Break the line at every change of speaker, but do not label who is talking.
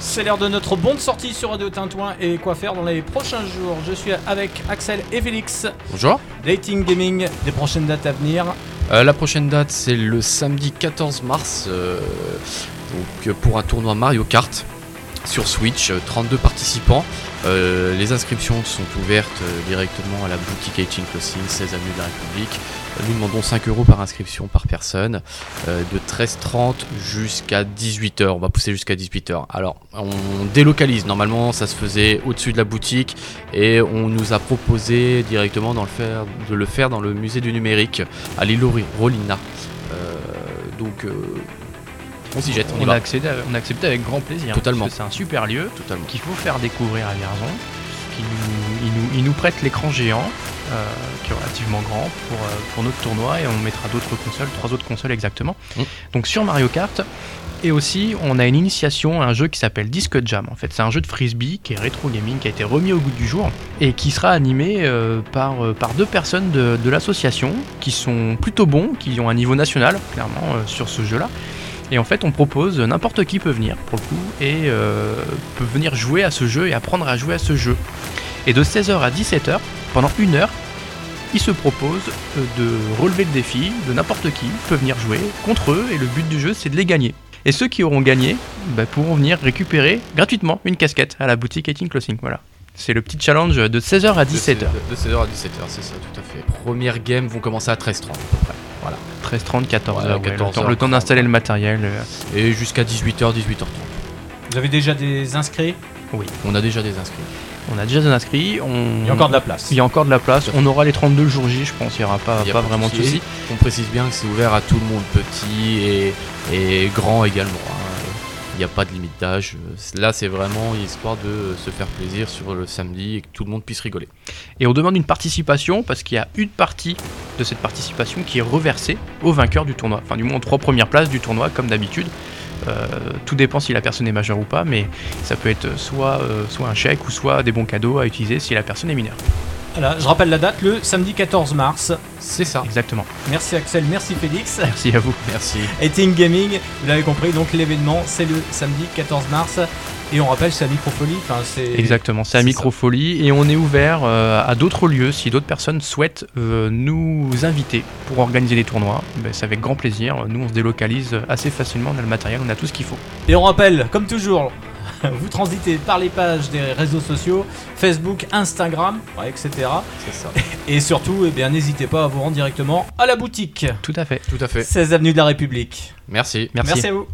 C'est l'heure de notre bonne sortie sur Radio Tintouin et quoi faire dans les prochains jours. Je suis avec Axel et Félix.
Bonjour.
Dating Gaming, des prochaines dates à venir.
Euh, la prochaine date, c'est le samedi 14 mars. euh, donc euh, pour un tournoi Mario Kart sur Switch, euh, 32 participants. Euh, les inscriptions sont ouvertes euh, directement à la boutique Aging Closing, 16 avenue de la République. Euh, Nous demandons 5 euros par inscription par personne, euh, de 13h30 jusqu'à 18h. On va pousser jusqu'à 18h. Alors, on délocalise. Normalement, ça se faisait au-dessus de la boutique et on nous a proposé directement dans le faire- de le faire dans le musée du numérique à l'île Rolina. Euh, donc, euh, on s'y jette, on y
a
va.
accédé, on a accepté avec grand plaisir.
Totalement.
parce que C'est un super lieu
Totalement.
qu'il faut faire découvrir à Vierzon. qui nous- Il nous, il nous prête l'écran géant, euh, qui est relativement grand, pour, euh, pour notre tournoi, et on mettra d'autres consoles, trois autres consoles exactement.
Mm.
Donc sur Mario Kart, et aussi on a une initiation à un jeu qui s'appelle Disque Jam. En fait, c'est un jeu de frisbee qui est rétro gaming, qui a été remis au goût du jour, et qui sera animé euh, par, euh, par deux personnes de, de l'association, qui sont plutôt bons, qui ont un niveau national, clairement, euh, sur ce jeu-là. Et en fait, on propose euh, n'importe qui peut venir pour le coup et euh, peut venir jouer à ce jeu et apprendre à jouer à ce jeu. Et de 16h à 17h, pendant une heure, il se propose euh, de relever le défi de n'importe qui, peut venir jouer contre eux et le but du jeu c'est de les gagner. Et ceux qui auront gagné bah, pourront venir récupérer gratuitement une casquette à la boutique Eating Closing. Voilà. C'est le petit challenge de 16h à 17h.
De 16h à 17h, c'est ça, tout à fait. Première game vont commencer à 13h30 à peu près.
13h30, 14h.
Ouais,
ouais, le
14h,
temps- le temps d'installer le matériel. euh,
Et jusqu'à 18h, 18h30.
Vous avez déjà des inscrits
On a déjà des inscrits.
On a déjà des inscrits. On...
Il y a encore de la place.
Il y a encore de la place. On aura les 32 le jour J, je pense. Il n'y aura pas,
Il y a
pas vraiment de
souci.
soucis.
On précise bien que c'est ouvert à tout le monde, petit et, et grand également. hein. Il n'y a pas de limite d'âge. Là, c'est vraiment histoire de se faire plaisir sur le samedi et que tout le monde puisse rigoler.
Et on demande une participation parce qu'il y a une partie de cette participation qui est reversée au vainqueur du tournoi. Enfin, du moins, aux trois premières places du tournoi, comme d'habitude. Euh, tout dépend si la personne est majeure ou pas, mais ça peut être soit, euh, soit un chèque ou soit des bons cadeaux à utiliser si la personne est mineure.
Voilà, je rappelle la date, le samedi 14 mars.
C'est ça.
Exactement.
Merci Axel, merci Félix.
Merci à vous.
Merci.
Et Team Gaming, vous l'avez compris, donc l'événement c'est le samedi 14 mars. Et on rappelle, c'est à Microfolie. Enfin, c'est
Exactement, c'est à
c'est ça.
Microfolie et on est ouvert euh, à d'autres lieux si d'autres personnes souhaitent euh, nous inviter pour organiser des tournois. ben, c'est avec grand plaisir, nous on se délocalise assez facilement, on a le matériel, on a tout ce qu'il faut.
Et on rappelle, comme toujours, vous transitez par les pages des réseaux sociaux, Facebook, Instagram, etc.
C'est ça.
Et surtout, eh bien, n'hésitez pas à vous rendre directement à la boutique.
Tout à fait.
Tout à fait.
16 avenue de la République.
Merci.
Merci.
Merci à vous.